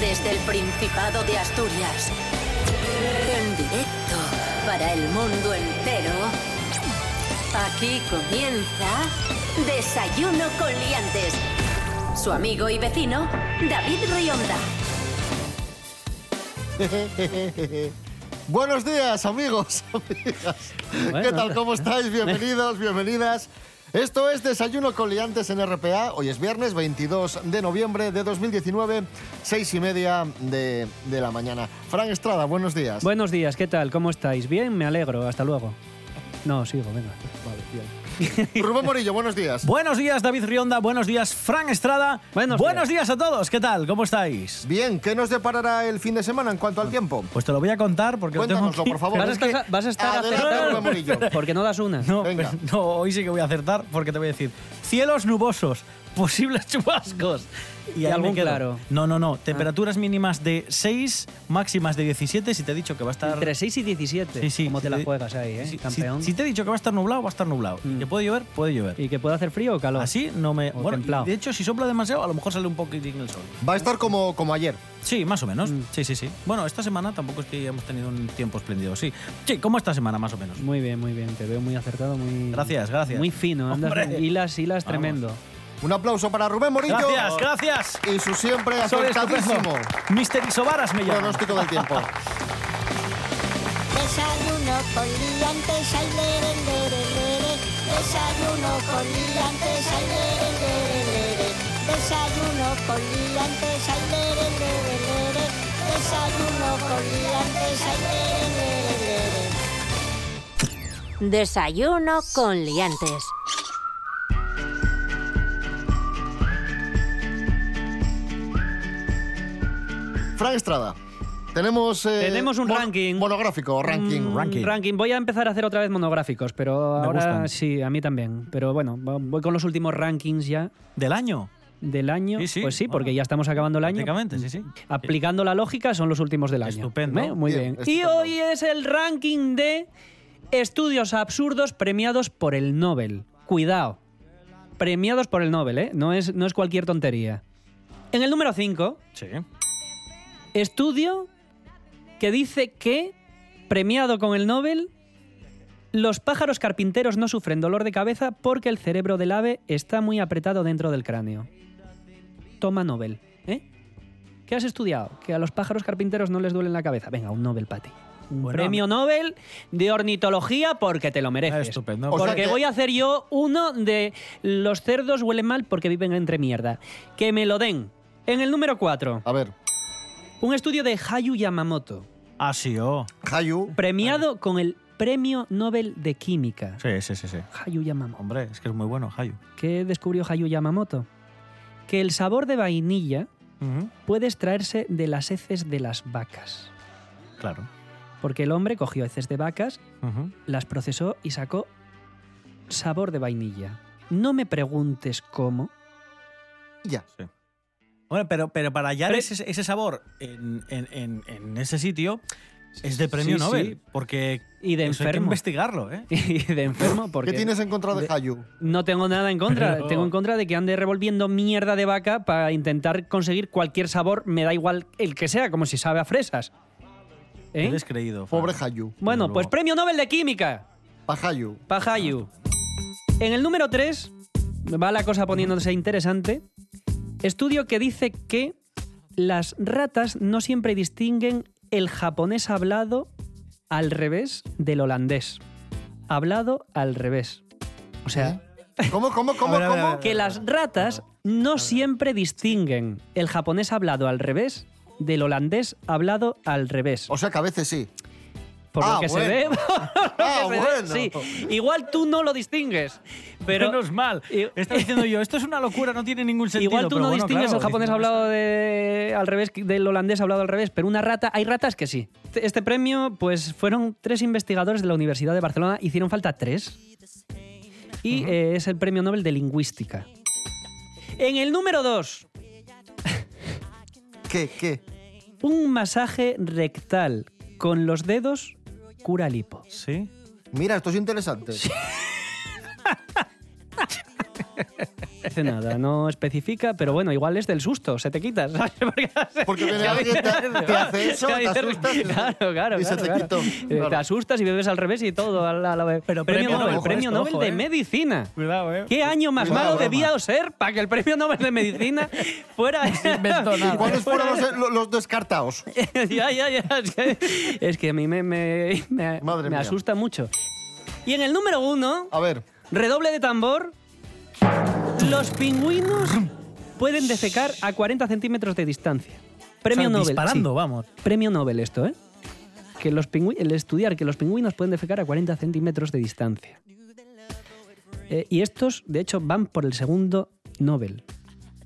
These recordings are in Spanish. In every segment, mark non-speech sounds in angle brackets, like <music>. Desde el Principado de Asturias. En directo para el mundo entero. Aquí comienza Desayuno con Liantes. Su amigo y vecino, David Rionda. <laughs> Buenos días, amigos, <laughs> amigas. ¿Qué Bueno. tal? ¿Cómo estáis? Bienvenidos, bienvenidas. Esto es Desayuno con Liantes en RPA. Hoy es viernes 22 de noviembre de 2019, seis y media de, de la mañana. Fran Estrada, buenos días. Buenos días, ¿qué tal? ¿Cómo estáis? ¿Bien? Me alegro, hasta luego. No, sigo, venga. Vale, Rubén Morillo, buenos días. Buenos días, David Rionda. Buenos días, Fran Estrada. Buenos días. a todos. ¿Qué tal? ¿Cómo estáis? Bien, ¿qué nos deparará el fin de semana en cuanto al tiempo? Pues te lo voy a contar porque lo tengo Cuéntanoslo, aquí. por favor. Vas a estar, Es que- vas a estar Adelante, Rubén acertado Morillo. <laughs> porque no das una. <laughs> No, Venga. pues, <laughs> no, hoy sí que voy a acertar porque te voy a decir cielos nubosos, <laughs> posibles chubascos. Y ahí algún me quedo. claro. Ah. No, no, no. Temperaturas mínimas de 6, máximas de 17. Si te he dicho que va a estar. Entre 6 y 17, Sí, sí, como te si la juegas ahí, ¿eh? si- si- campeón. Mm. Si, te he dicho que va a estar nublado, va a estar nublado. Y que puede llover, puede llover. ¿Y que puede hacer frío o calor? Así no me. O bueno, y templado. de hecho, si sopla demasiado, a lo mejor sale un poquitín el sol. Va a estar como, como ayer. Sí, más o menos. Mm. Sí, sí, sí. Bueno, esta semana tampoco es que hemos tenido un tiempo espléndido. Sí, sí, como esta semana, más o menos. Muy bien, muy bien. Te veo muy acertado, muy... Gracias, gracias. Muy fino. Andas Hombre. con hilas, hilas, Vamos. tremendo. Un aplauso para Rubén Morillo. Gracias, gracias. Y su siempre Soy estupendo. acertadísimo Mister Isobaras me llama. pronóstico del tiempo. Desayuno con liantes, ay, lere, lere, lere. Desayuno con liantes, ay, lere, lere, lere. Desayuno con liantes, ay, lere, lere, lere. Desayuno con liantes, ay, lere, lere, lere. Desayuno con Liantes. Frank Estrada, tenemos... eh, Tenemos un mon- ranking. Monográfico, ranking. Mm, ranking. Voy a empezar a hacer otra vez monográficos, pero Me ahora gustan. sí, a mí también. Pero bueno, va- voy con los últimos rankings ya <laughs> Del año, del año. Sí, sí. Pues sí, Ah. porque ya estamos acabando el año. Mm. prácticamente, sí, sí. Aplicando la lógica, son los últimos del año. Estupendo. ¿Eh? Muy Bien, bien. estupendo. Y hoy es el ranking de estudios absurdos premiados por el Nobel. Cuidado. Premiados por el Nobel, ¿eh? No es, no es cualquier tontería. En el número 5, Sí. estudio que dice que, premiado con el Nobel, los pájaros carpinteros no sufren dolor de cabeza porque el cerebro del ave está muy apretado dentro del cráneo. Toma Nobel, ¿eh? ¿Qué has estudiado? Que a los pájaros carpinteros no les duele la cabeza. Venga, un Nobel para ti. Un Bueno. premio Nobel de ornitología porque te lo Ah, mereces. estupendo. O sea Porque que- voy a hacer yo uno de los cerdos huelen mal porque viven entre mierda. Que me lo den. En el número 4. A ver, Un estudio de Hayu Yamamoto, Ah, sí, oh. Hayu, premiado con el Premio Nobel de Química. Sí, sí, sí, sí. Hayu Yamamoto. Hombre, es que es muy bueno, Hayu. ¿Qué descubrió Hayu Yamamoto? Que el sabor de vainilla Ujú, puede extraerse de las heces de las vacas. Claro. Porque el hombre cogió heces de vacas, Ujú. las procesó y sacó sabor de vainilla. No me preguntes cómo. ya. Bueno, pero, pero para hallar Pre- ese, ese sabor en, en- en- en ese sitio es de premio Sí, Nobel. sí. Porque Y de eso hay que enfermo. investigarlo, ¿eh? <laughs> Y de enfermo porque... ¿Qué tienes en contra de, de- Hayu? No tengo nada en contra. Pero- Tengo en contra de que ande revolviendo mierda de vaca para intentar conseguir cualquier sabor, me da igual el que sea, como si sabe a fresas. ¿Eh? He descreído. Fran. Pobre Hayu. Bueno, luego. pues premio Nobel de Química Pa' Hayu. para Hayu. En el número 3 va la cosa poniéndose interesante. Estudio que dice que las ratas no siempre distinguen el japonés hablado al revés del holandés. Hablado al revés. O sea, ¿Cómo, cómo, cómo, <laughs> A ver, a ver, a cómo? ver. que las ratas no siempre distinguen el japonés hablado al revés del holandés hablado al revés. O sea que a veces sí. Por ah, lo que bueno. se ve, <laughs> por lo que Ah, se ve, bueno. sí. Igual tú no lo distingues, pero Menos mal. I- Está diciendo yo, esto es una locura, no tiene ningún sentido. igual tú pero no bueno, distingues claro, el japonés diciendo hablado de, al revés que- del holandés hablado al revés, pero una rata, hay ratas que sí. Este- Este premio, pues fueron tres investigadores de la Universidad de Barcelona, hicieron falta tres. Y eh, es el premio Nobel de Lingüística. En el número dos, ¿Qué, qué? Un masaje rectal con los dedos cura lipo. esto. Sí. Mira, esto es interesante. dice nada, no especifica, pero bueno, igual es del susto, se te quitas. ¿sabes? <laughs> Porque, <laughs> Porque viene alguien, te- <laughs> te hace eso, te asustas y se- Claro, claro. y se claro, te quitó. claro. Eh, Te Claro. asustas y bebes al revés y todo. a la- a la vez. Pero premio premio Nobel, Nobel, premio ojo, Nobel esto, de ojo, eh. Medicina. Cuidado, eh. ¿Qué año más Cuidado, malo broma. debía ser para que el premio Nobel de Medicina fuera... <laughs> inventó nada. ¿Cuáles fueron los, los- los descartados? ya, ya, ya. Es que, es que a mí me, me, me- Madre me mía. asusta mucho. Y en el número uno, A ver, redoble de tambor, los pingüinos pueden defecar a 40 centímetros de distancia. Premio O sea, Nobel. Disparando, sí. vamos. Premio Nobel esto, ¿eh? Que los pingüi- el estudiar que los pingüinos pueden defecar a 40 centímetros de distancia. Eh, y estos, de hecho, van por el segundo Nobel.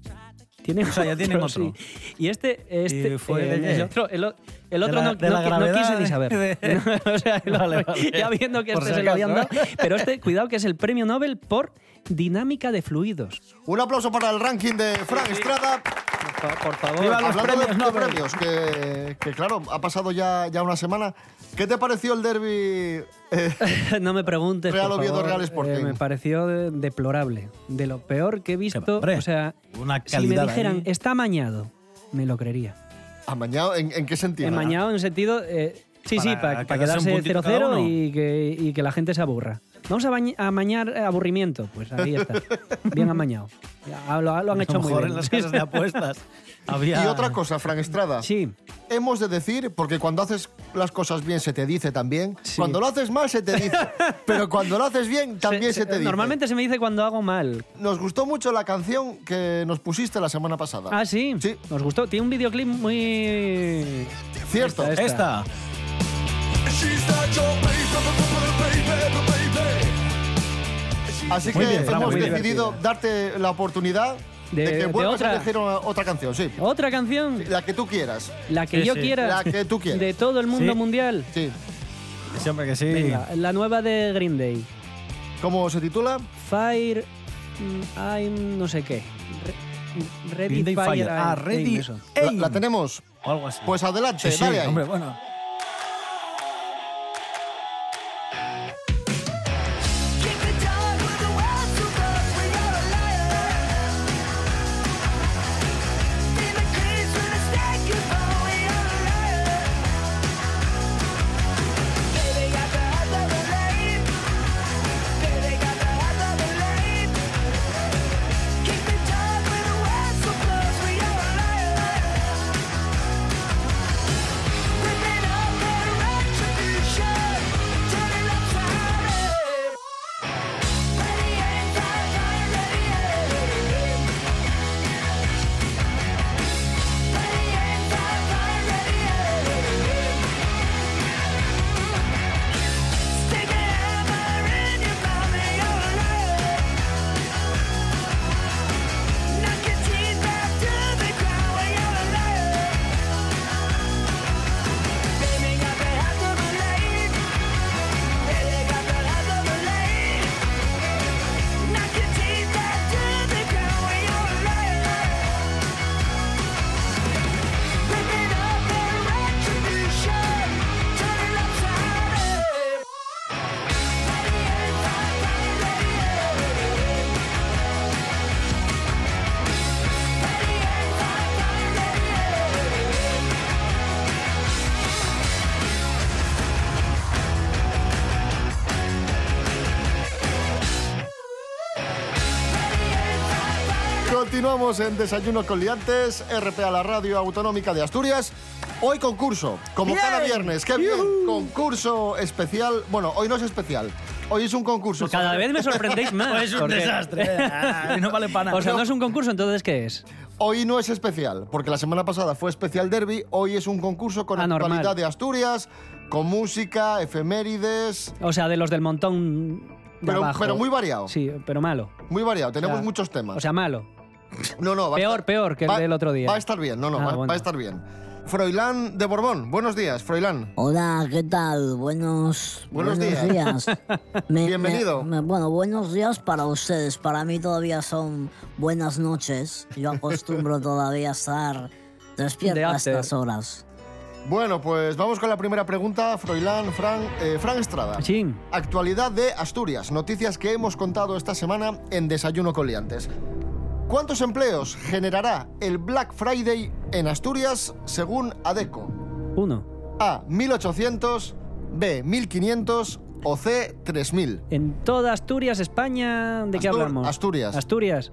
<laughs> Tienen sea, ya tienen otro. <laughs> sí. Y este, este Y fue eh, de- el otro, el, o- el otro la- no, de la no qui- no gravedad quise ni saber. <laughs> de- No, <laughs> o sea, el <laughs> Vale, otro, vale. Ya viendo que Por este si se lo habían acaso, ¿eh? dado. Pero <laughs> este, cuidado, que es el premio Nobel por dinámica de fluidos. <laughs> un aplauso para el ranking de Frank Estrada. Por favor. Viva los Hablando de- premios de, Nobel. premios, que, que claro, ha pasado ya, ya una semana. ¿Qué te pareció el derby? eh, no me preguntes. Real por Oviedo, favor. Eh, Real Sporting. me pareció de- deplorable. De lo peor que he Qué visto. hombre, O sea, una si me calidad dijeran, ahí. está amañado, me lo creería. Eh, ¿Amañado? ¿En, en qué sentido? Amañado en sentido. eh, sí, sí, para, Para para quedarse un quedarse puntito cada 0-0 uno. y que, y que la gente se aburra. Vamos a, bañ- a amañar eh, aburrimiento. Pues <laughs> ahí está. Bien amañado. Ya, Lo, lo han a hecho lo muy mejor bien. en las <laughs> casas de apuestas. Había... Y otra cosa, Frank Estrada. Sí. Hemos de decir, porque cuando haces las cosas bien se te dice también. Sí. Cuando lo haces mal se te <laughs> dice. pero cuando lo haces bien también se, te dice. Normalmente se me dice cuando hago mal. Nos gustó mucho la canción que nos pusiste la semana pasada. Ah, sí. Sí, Nos gustó. Tiene un videoclip muy. cierto. Esta, Esta. Así que Muy bien, Fran, hemos muy decidido divertida. darte la oportunidad de, De- que de vuelvas a otra. elegir una- otra canción, sí. Otra canción. La que tú quieras. La que Sí, yo sí. quiera. La que tú quieras. De todo el mundo Sí. mundial. Sí. Siempre que sí. Venga, la nueva de Green Day. ¿Cómo se titula? Fire. mm, I'm no sé qué. Re- Ready Green Day Fire. Fire. I'm- Ah, Ready Aim, eso. La, Aim. la tenemos. O algo así. Pues adelante, sí, sí, dale ahí. hombre, bueno. Continuamos en Desayuno con Liantes, RPA, la radio autonómica de Asturias. Hoy concurso, como cada viernes. ¡Qué bien! Concurso especial. Bueno, hoy no es especial. Hoy es un concurso. Pues Cada vez me <laughs> sorprendéis más. Pues es un porque- desastre. Ah, no vale para nada. Ah, <laughs> O sea, no es un concurso, entonces ¿qué es? Hoy no es especial, porque la semana pasada fue especial derby. Hoy es un concurso con Anormal. actualidad de Asturias, con música, efemérides. O sea, de los del montón. de Pero, abajo. pero muy variado. Sí, pero malo. Muy variado. Tenemos Ya. muchos temas. O sea, malo. no, no, va a peor, estar- peor que el va- del otro día. Va a estar bien, no, no, Ah, va, bueno. va a estar bien. Froilán de Borbón, buenos días, Froilán. Hola, ¿qué tal? Buenos, Buenos días. <laughs> Me- me- Bienvenido. me- bueno, buenos días para ustedes. Para mí todavía son buenas noches. Yo acostumbro todavía a estar De despierto a after. estas horas. Bueno, pues vamos con la primera pregunta, Froilán, Fran, eh, Fran Estrada. Sí. Actualidad de Asturias, noticias que hemos contado esta semana en Desayuno Coliantes. ¿Cuántos empleos generará el Black Friday en Asturias según ADECO? Uno. A. 1800, B. 1500 o C. 3000. En toda Asturias, España, ¿de qué Astur- hablamos? Asturias. Asturias.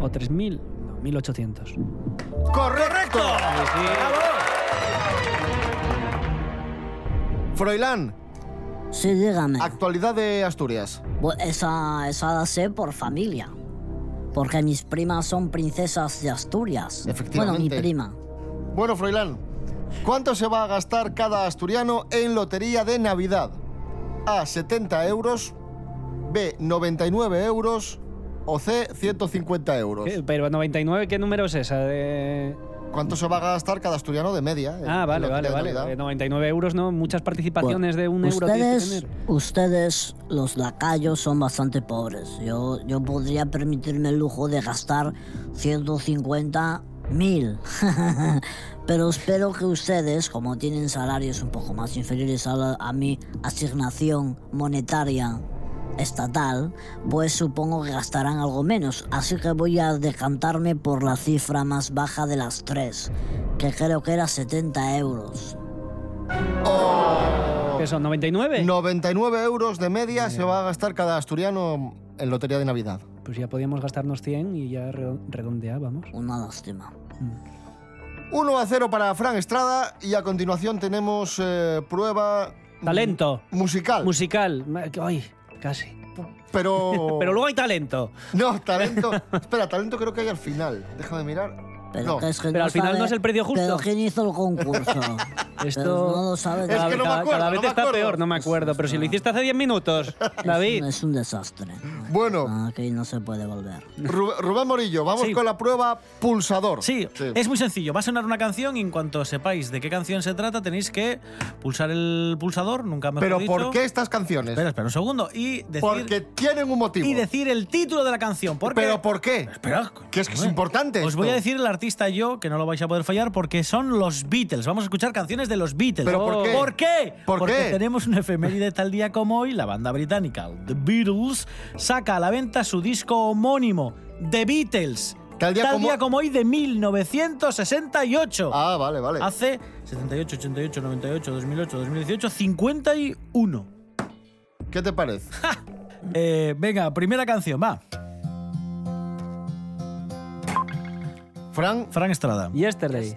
O 3.000, no, 1.800. ¡Correcto! Froilán, Sí, dígame. actualidad de Asturias. Bu- Esa, esa la sé por familia. Porque mis primas son princesas de Asturias. Bueno, mi Efectivamente. prima. Bueno, Froilán, ¿cuánto se va a gastar cada asturiano en lotería de Navidad? A. 70 euros, B. 99 euros o C. 150 euros. ¿Qué? Pero 99, ¿qué número es esa? De... ¿Cuánto se va a gastar cada asturiano de media? en- Ah, Eh, en vale, lotería vale, de vale. Navidad? Eh, 99 euros, ¿no? Muchas participaciones de un euro tienes que ustedes, tener. ustedes, los lacayos, son bastante pobres. Yo, yo podría permitirme el lujo de gastar 150 mil. <laughs> Pero espero que ustedes, como tienen salarios un poco más inferiores a, la- a mi asignación monetaria estatal, pues supongo que gastarán algo menos. Así que voy a decantarme por la cifra más baja de las tres, que creo que era 70 euros. ¿Qué son? ¿99? 99 euros de media se va a gastar cada asturiano en lotería de Navidad. Pues ya podíamos gastarnos 100 y ya re- redondeábamos. Una lástima. 1 a 0 para Fran Estrada y a continuación tenemos eh, prueba Talento. musical. Musical. Ma- que- Ay, casi. pero... <laughs> Pero luego hay talento. No, talento. Espera, talento creo que hay al final. Déjame mirar. Pero, no. que es que Pero al final sabe- no es el precio justo. Pero ¿quién hizo el concurso? <laughs> Esto- Pero no lo sabe Es nadie. que no me cada, acuerdo, cada vez no me está acuerdo. peor, no me acuerdo. Pero si lo hiciste hace 10 minutos, <laughs> Es David. un- Es un desastre. Bueno, Ah, Aquí no se puede volver. Rubén, Rubén Morillo, vamos Sí. con la prueba pulsador. Sí, es muy sencillo. Va a sonar una canción y en cuanto sepáis de qué canción se trata, tenéis que pulsar el pulsador, nunca mejor Pero dicho. ¿por qué estas canciones? Espera, espera un segundo. Y decir, Porque tienen un motivo. y decir el título de la canción. Porque... ¿Pero por qué? Espera, coño, Que es que es hombre. importante. Os voy esto. a decir el artista yo, que no lo vais a poder fallar, porque son los Beatles. Vamos a escuchar canciones de los Beatles. ¿Pero por qué? ¿Por qué? ¿Por Porque qué? tenemos una efeméride tal día como hoy. La banda británica The Beatles saca a la venta su disco homónimo, The Beatles. Tal día como- hoy de 1968. Ah, vale, vale. Hace 78, 88, 98, 2008, 2018, 51. ¿Qué te parece? Eh, venga, primera canción, va. Fran, Frank Estrada. Yesterday.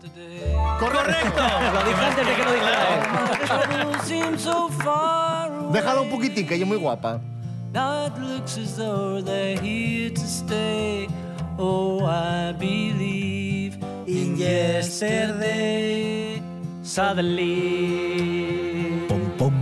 correcto. Lo dije antes de que lo dijera. él. Déjala un poquitín, que ella es muy guapa. Now it looks as though they're here to stay. Oh, I believe in yesterday. Suddenly, Pom, pom.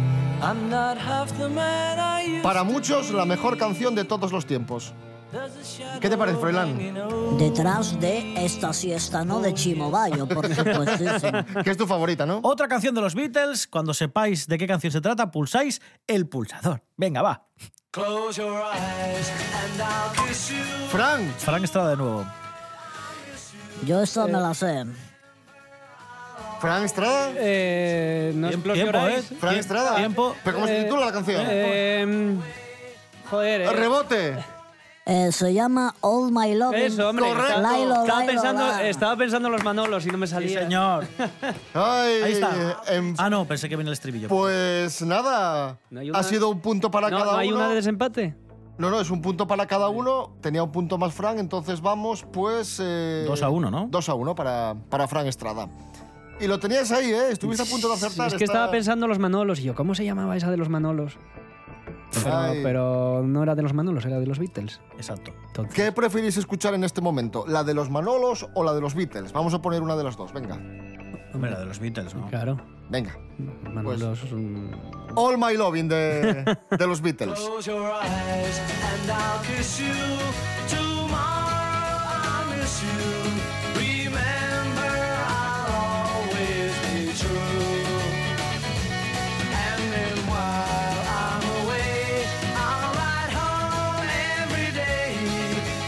I'm not half the man I used. Para muchos, la mejor canción de todos los tiempos. There's a shadow ¿Qué te parece, Froilán? hanging over Detrás de esta siesta, no de Chimobayo, por <laughs> supuestísimo. Que es tu favorita, ¿no? Otra canción de los Beatles. Cuando sepáis de qué canción se trata, pulsáis el pulsador. Venga, va. Close your eyes and I'll kiss you. Fran, Frank Estrada de nuevo. Yo esta me la sé. Fran Estrada. Eh, no Tiempo, explos tiempo, lloráis. ¿eh? Fran tie- Estrada. tiempo. ¿Pero cómo se Eh, titula la canción? Eh, joder, eh. Rebote. Eh, se llama All My Love. Eso, hombre. Correcto. Estaba, Lailo, estaba lailo, pensando, la. estaba pensando en los Manolos y no me salía. señor. Ay, Ahí está. em, Ah, no, pensé que viene el estribillo. pues nada. No hay una- Ha sido un punto para ¿No, cada no hay uno. una de desempate? No, no, es un punto para cada uno. Tenía un punto más Fran, entonces vamos, pues. eh, Dos a uno, ¿no? 2 a 1 para, para Fran Estrada. Y lo tenías ahí, ¿eh? Estuviste a punto de acertar. Es que esta- estaba pensando en los Manolos y yo, ¿cómo se llamaba esa de los Manolos? Pero, Ay. pero no era de los Manolos, era de los Beatles. Exacto. Entonces, ¿Qué preferís escuchar en este momento? ¿La de los Manolos o la de los Beatles? Vamos a poner una de las dos, venga. Hombre, la de los Beatles, ¿no? Claro. Venga. Pues- Manolos. mm, All My Loving de, de los Beatles. Close your eyes and I'll kiss you. Tomorrow I'll miss you. Remember I'll always be true. And then while I'm away, I'll ride home every day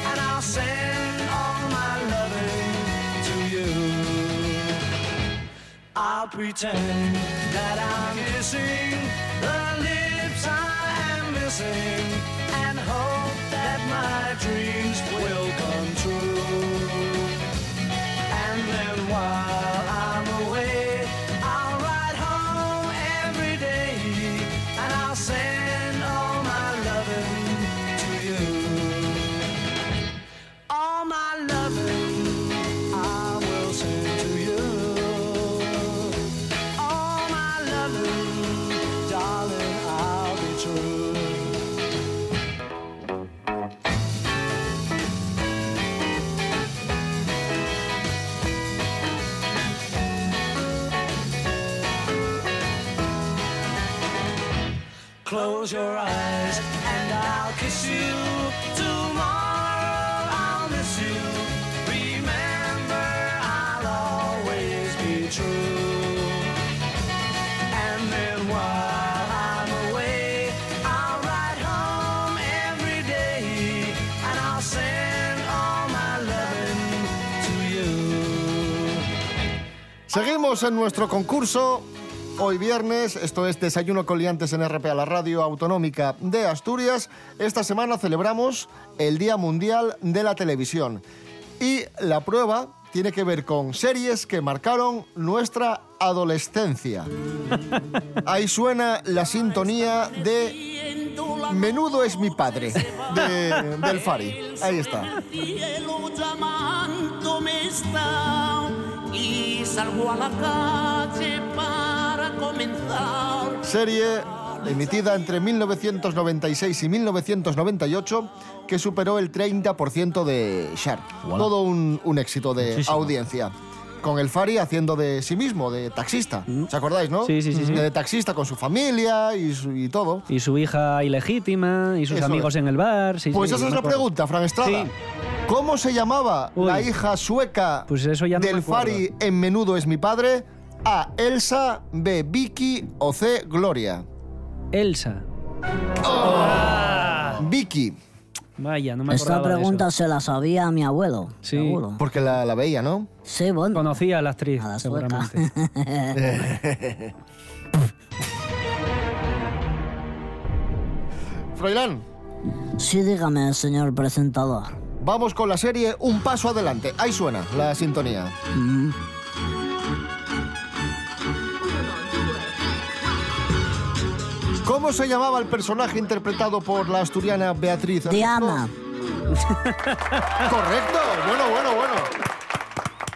and I'll send all my loving to you. I'll pretend that I'm kissing the lips I am missing and hope that my dreams will come true. Close your eyes and I'll kiss you. Tomorrow I'll miss you. Remember, I'll always be true. And then while I'm away, I'll ride home every day and I'll send all my loving to you. Seguimos en nuestro concurso. Hoy viernes, esto es Desayuno con Liantes en RPA, la radio autonómica de Asturias. Esta semana celebramos el Día Mundial de la Televisión. Y la prueba tiene que ver con series que marcaron nuestra adolescencia. Ahí suena la sintonía de Menudo es mi padre, de- del Fari. Ahí está. cielo llamándome está y salgo a la calle para comenzar. Serie emitida entre 1996 y 1998 que superó el 30% de Shark. Guau. Todo un, un éxito de Muchísimo. audiencia. Con el Fari haciendo de sí mismo, de taxista. ¿Os acordáis, no? Mm. Sí, sí, sí, sí. De taxista con su familia y, su- y todo. Y su hija ilegítima, y sus Eso amigos es. en el bar. sí, Pues sí, esa me es la acuerdo. pregunta, Fran Estrada. Sí. ¿Cómo se llamaba la Uy. hija sueca Pues eso ya no me del acuerdo. Fari en Menudo es mi padre? A. Elsa, B. Vicky o C. Gloria. Elsa. Ah. Vicky, Vaya, no me Esta acordaba de pregunta eso. se la sabía a mi abuelo, Sí. seguro. porque la, la veía, ¿no? Sí, bueno. Conocía a la actriz, A la sueca. seguramente. <laughs> Froilán, Sí, dígame, señor presentador. Vamos con la serie Un Paso Adelante. Ahí suena la sintonía. ¿Cómo se llamaba el personaje interpretado por la asturiana Beatriz? Arbusto? Diana, Correcto. Bueno, bueno, bueno.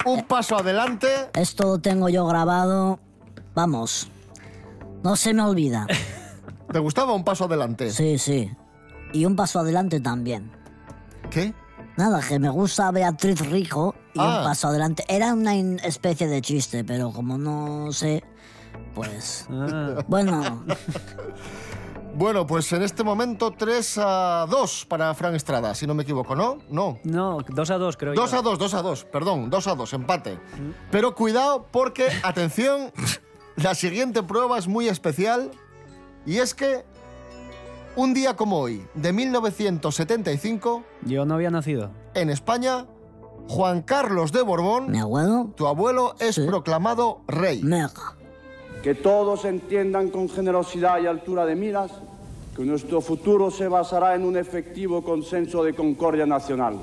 Un paso adelante. esto lo tengo yo grabado. Vamos. No se me olvida. ¿Te gustaba un paso adelante? Sí, sí. Y un paso adelante también. ¿Qué? Nada, que me gusta Beatriz Rico y Ah. un paso adelante. Era una in- especie de chiste, pero como no sé, pues... Ah, Bueno, Bueno, pues en este momento 3 a 2 para Fran Estrada, si no me equivoco, ¿no? No. no, dos a dos, creo 2 yo. a 2, 2 a 2, perdón, 2 a 2, empate. Pero cuidado porque, atención, la siguiente prueba es muy especial y es que un día como hoy, de 1975, Yo no había nacido. en España, Juan Carlos de mi Borbón, abuelo, tu abuelo, es Sí. proclamado rey. mega. <laughs> Que todos entiendan con generosidad y altura de miras que nuestro futuro se basará en un efectivo consenso de concordia nacional.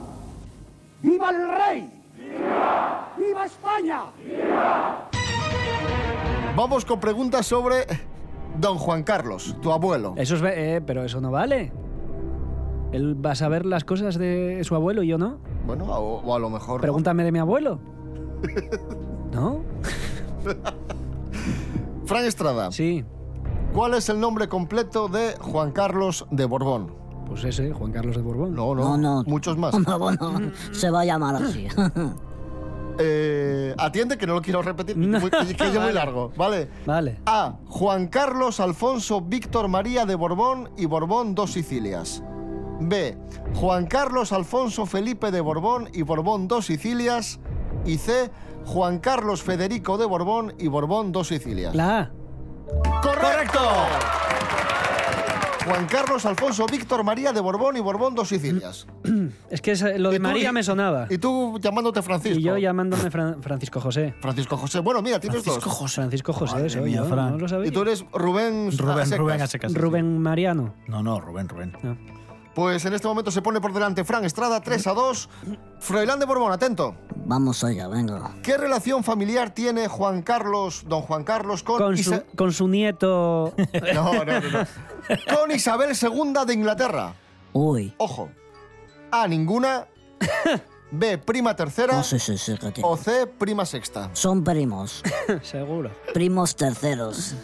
¡Viva el rey! ¡Viva! ¡Viva España! Vamos con preguntas sobre don Juan Carlos, tu abuelo. Eso es, ve- eh, pero eso no vale. Él va a saber las cosas de su abuelo y yo no. Bueno, o, o a lo mejor... no. Pregúntame de <laughs> mi abuelo. ¿No? Fran Estrada, Sí. ¿cuál es el nombre completo de Juan Carlos de Borbón? Pues ese, Juan Carlos de Borbón. No, no, No, no. muchos más. No, bueno, se va a llamar así. Eh, atiende que no lo quiero repetir, <laughs> No. muy- que que es muy largo, ¿vale? Vale. A. Juan Carlos Alfonso Víctor María de Borbón y Borbón dos Sicilias. B. Juan Carlos Alfonso Felipe de Borbón y Borbón dos Sicilias. Y C. Juan Carlos Federico de Borbón y Borbón dos Sicilias. La A. ¡Correcto! Juan Carlos Alfonso Víctor María de Borbón y Borbón dos Sicilias. Es que esa- lo Y de tú- María me sonaba. Y tú llamándote Francisco. Y yo llamándome Fran- Francisco José. Francisco José. Bueno, mira, tienes dos. José. Francisco José, Madre soy mía, yo, Fran. no lo sabía. Y tú eres Rubén, Rubén, Asecas. Rubén a secas. sí, sí. Rubén Mariano. No, no, Rubén, Rubén. No. Pues en este momento se pone por delante Fran Estrada, 3 a 2. Froilán de Borbón, atento. Vamos allá, venga. ¿Qué relación familiar tiene Juan Carlos, don Juan Carlos, con, Con su, Isa- con su nieto. <laughs> No, <laughs> no, no, no. con Isabel II de Inglaterra? Uy. Ojo. A, ninguna. B, prima tercera. No sé, sí, sí, que te- O C, prima sexta. Son primos, Seguro. primos terceros.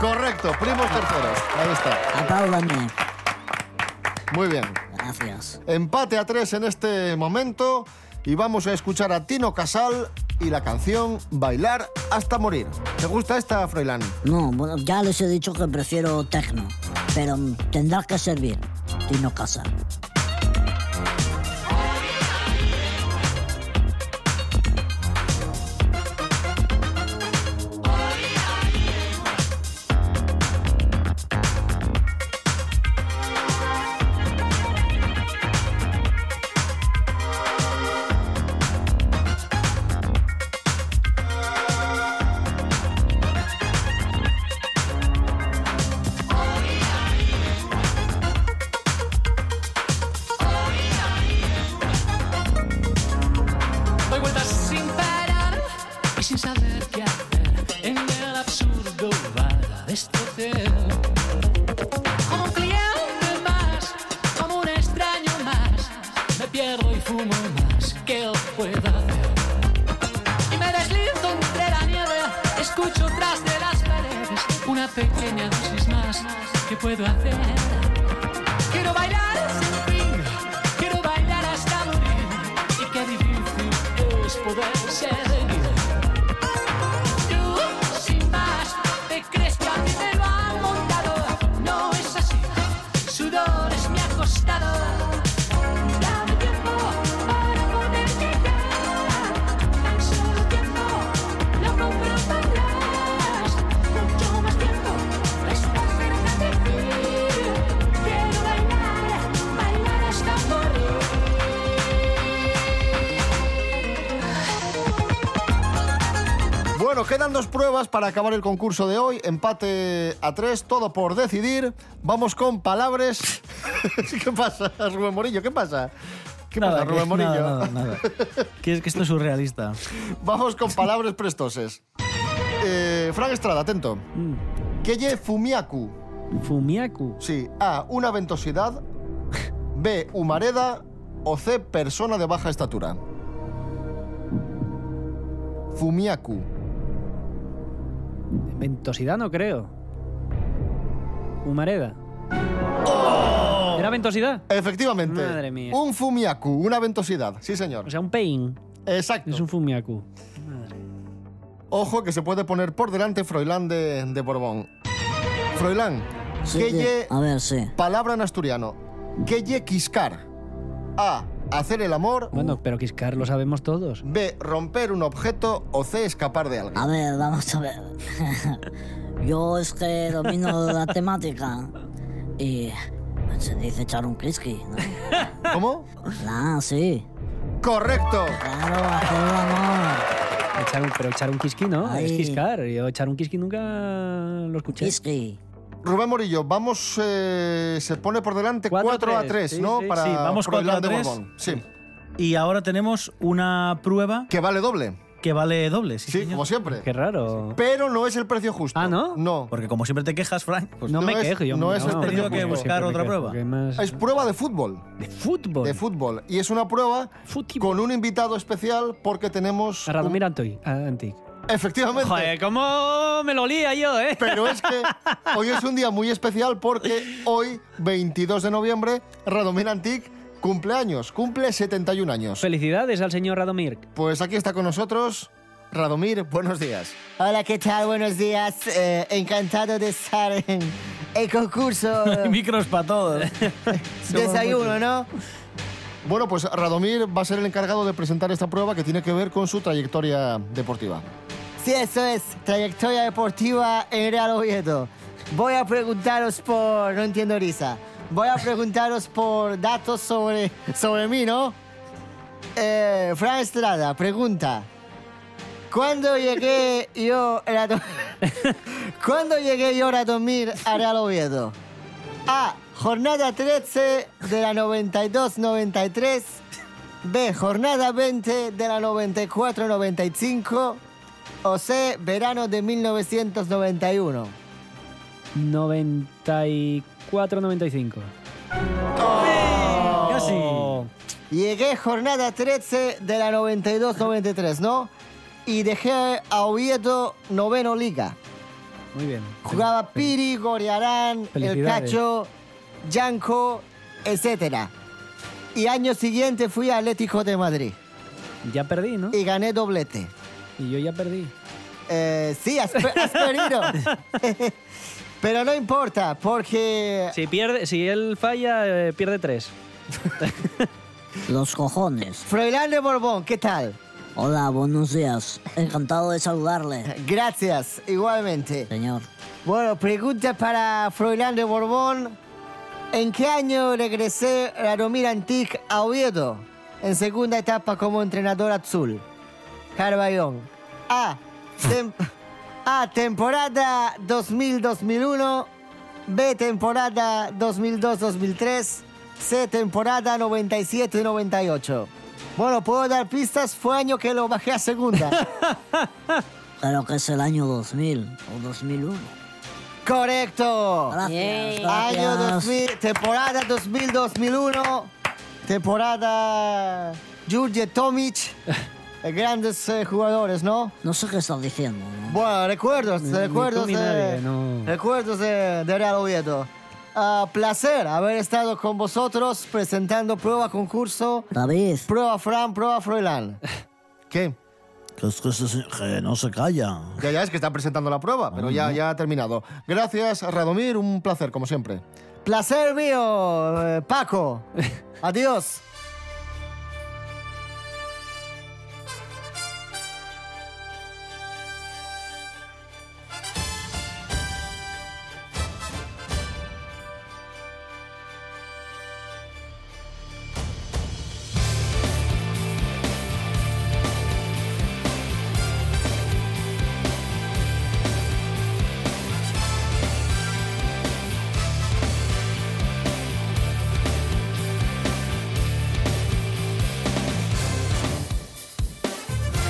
Correcto, primos terceros. Ahí está. Apláudame. Muy bien. Gracias. Empate a tres en este momento y vamos a escuchar a Tino Casal y la canción Bailar hasta morir. ¿Te gusta esta, Froilán? No, bueno, ya les he dicho que prefiero tecno. pero mm, tendrá que servir, Tino Casa. Doy vueltas sin parar y sin saber qué hacer en el absurdo vara de este hotel. Como un cliente más, como un extraño más, me pierdo y fumo más que él pueda hacer. Y me deslizo entre la nieve, escucho tras de las paredes una pequeña dosis más que puedo hacer. Quiero bailar sin fin, quiero bailar hasta morir y qué difícil es poder seguir. Tú, sin más, te crees que a ti te lo han montado. No es así, sudores me ha costado. Dame tiempo para poder llegar. Tan solo tiempo, no compro palabras. Mucho más tiempo, es fácil de decir. Quiero bailar, bailar hasta morir. Bueno, quedan dos pruebas para acabar el concurso de hoy. Empate a tres, todo por decidir. Vamos con palabras. <laughs> ¿Qué pasa, Rubén Morillo? ¿Qué pasa? ¿Qué pasa, que- Rubén Morillo? nada, nada. que es que esto es surrealista. <laughs> Vamos con palabras prestoses. Eh, Frank Estrada, atento. Mm. Keye Fumiaku. Fumiaku. Sí, A, una ventosidad. B, humareda. O C, persona de baja estatura. Fumiaku. Ventosidad no creo. Humareda. ¡Oh! ¿Era ventosidad? Efectivamente. Madre mía. Un fumiaku, una ventosidad. Sí, señor. O sea, un pain. Exacto. Es un fumiaku. Ojo que se puede poner por delante Froilán de, de Borbón. Froilán, Sí, sí. Keye, A ver, sí. palabra en asturiano. Keye quiscar. A, hacer el amor. Bueno, pero Quiscar lo sabemos todos. B, romper un objeto. O C, escapar de alguien. A ver, vamos a ver. <laughs> Yo es que domino la temática y pues, se dice echar un criski, ¿no? <laughs> ¿Cómo? Ah, sí. Correcto. Claro, hacer el amor. Echar un- pero echar un quisqui, ¿no? Ay. Es Quiscar. Yo echar un quisqui nunca lo escuché. Criski. Rubén Morillo, vamos, eh, se pone por delante 4, Cuatro a a tres, 3, sí, ¿no? sí. Para Sí, vamos Froilán cuatro a de tres. Borbón. Sí, Y ahora tenemos una prueba que vale doble. que vale doble, sí, Sí, señor. como siempre. Qué raro. Pero no es el precio justo. Ah, ¿no? No. Porque como siempre te quejas, Frank, pues No, no me es- quejo yo. no es el me tenido que quejo, buscar siempre me otra quejo, prueba. que más- Es prueba de fútbol. De fútbol. de fútbol. Y es una prueba Fútbol. con un invitado especial porque tenemos... A Radomir un- Antoi- a- Antic. Efectivamente. Joder, cómo me lo lía yo, ¿eh? Pero es que hoy es un día muy especial porque hoy, 22 de noviembre, Radomir Antic cumple años, cumple 71 años. Felicidades al señor Radomir. Pues aquí está con nosotros Radomir, buenos días. Hola, ¿qué tal? Buenos días. Eh, encantado de estar en el <laughs> concurso micros para todos. Desayuno, ¿no? Bueno, pues Radomir va a ser el encargado de presentar esta prueba que tiene que ver con su trayectoria deportiva. Sí, eso es. Trayectoria deportiva en Real Oviedo. Voy a preguntaros por... No entiendo risa. Voy a preguntaros por datos sobre, sobre mí, ¿no? Eh, Fran Estrada, pregunta. ¿Cuándo llegué yo... Rado- <laughs> ¿Cuándo llegué yo a dormir a Real Oviedo? A. Jornada 13 de la 92-93. B. Jornada 20 de la 94-95. O C. Verano de 1991. 94-95. Casi. Llegué jornada 13 de la 92-93, ¿no? Y dejé a Oviedo noveno liga. Muy bien. Jugaba Piri, Goriarán, El Felicidades. Cacho, Yanco, etc. Y año siguiente fui a Atlético de Madrid Ya perdí, ¿no? y gané doblete. Y yo ya perdí. Eh, sí, has, pe- has perdido. <laughs> Pero no importa, porque Si, pierde, si él falla, eh, pierde tres. Los cojones. Froilán de Borbón, ¿qué tal? Hola, buenos días. Encantado de saludarle, Gracias, igualmente. señor. Bueno, pregunta para Froilán de Borbón. ¿En qué año regresé Radomir Antic a Oviedo? En segunda etapa como entrenador azul. Carballón. A. tem- A. Temporada 2000-2001. B. Temporada 2002-2003. C. Temporada 97-98. Bueno, puedo dar pistas. Fue año que lo bajé <laughs> a segunda. Creo que es el año 2000 o 2001. Correcto. Gracias. Yay. Año gracias. 2000, temporada 2000-2001, temporada Jurje Tomic, eh, grandes eh, jugadores, ¿no? No sé qué estás diciendo. ¿no? Bueno, recuerdos, tú recuerdos, ni de, nadie, no. recuerdos de, de Real Oviedo. Ah, placer haber estado con vosotros presentando prueba concurso, David, prueba Fran, prueba Froilán. ¿Qué? Que es que, se- que no se calla. Ya, ya, es que está presentando la prueba, Ah, pero ya, ya ha terminado. Gracias, Radomir, un placer, como siempre. Placer mío, eh, <laughs> Paco. Adiós.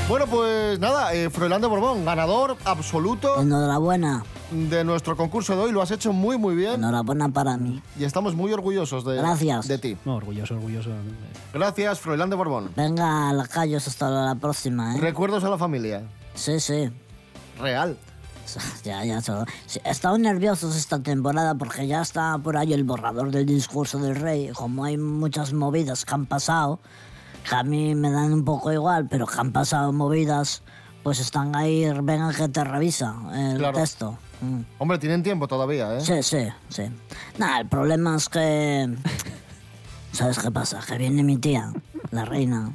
Bueno, pues nada, eh, Froilán de Borbón, ganador absoluto enhorabuena. de nuestro concurso de hoy. Lo has hecho muy, muy bien Enhorabuena para mí. y estamos muy orgullosos de, Gracias. de ti. No, orgulloso, orgulloso. Gracias, Froilán de ¿Eh? Borbón. Venga, lacayos, hasta la próxima, ¿eh? Recuerdos a la familia. Sí, sí. <laughs> Real. Ya, ya, solo. Sí, he estado nerviosos esta temporada porque ya está por ahí el borrador del discurso del rey. Como hay muchas movidas que han pasado, que a mí me dan un poco igual, pero que han pasado movidas, pues están ahí, venga que te revisa el Claro. ¿Eh? texto. Mm. Hombre, tienen tiempo todavía, ¿eh? Sí, sí, sí. Nada, el problema es que... ¿Sabes qué pasa? Que viene mi tía, la reina.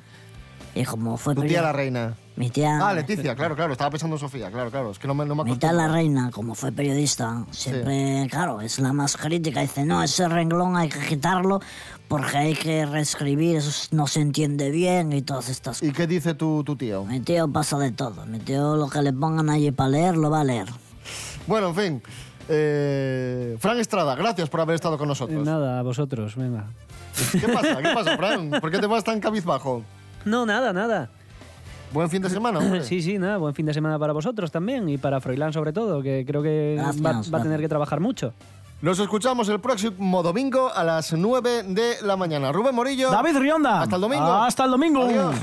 Y como fue... Tu tía prior- la reina. Mi tía... Ah, Leticia, claro, claro. Estaba pensando en Sofía, claro, claro. Es que no me, no me Mitad acostumbro. la reina, como fue periodista, siempre, claro, es la más crítica. Dice, no, ese renglón hay que quitarlo porque hay que reescribir, eso s- no se entiende bien y todas estas cosas. ¿Y qué dice tu, tu tío? Mi tío pasa de todo. Mi tío lo que le pongan allí para leer, lo va a leer. Bueno, en fin. Eh, Fran Estrada, gracias por haber estado con nosotros. Nada, a vosotros, venga. ¿Qué pasa? ¿Qué pasa, Fran? ¿Por qué te vas tan cabizbajo? No, nada, nada. Buen fin de semana, hombre. Sí, sí, nada, buen fin de semana para vosotros también y para Froilán sobre todo, que creo que Gracias, va- va a gracias. tener que trabajar mucho. Nos escuchamos el próximo domingo a las 9 de la mañana. Rubén Morillo. David Rionda. Hasta el domingo. Hasta el domingo. Adiós.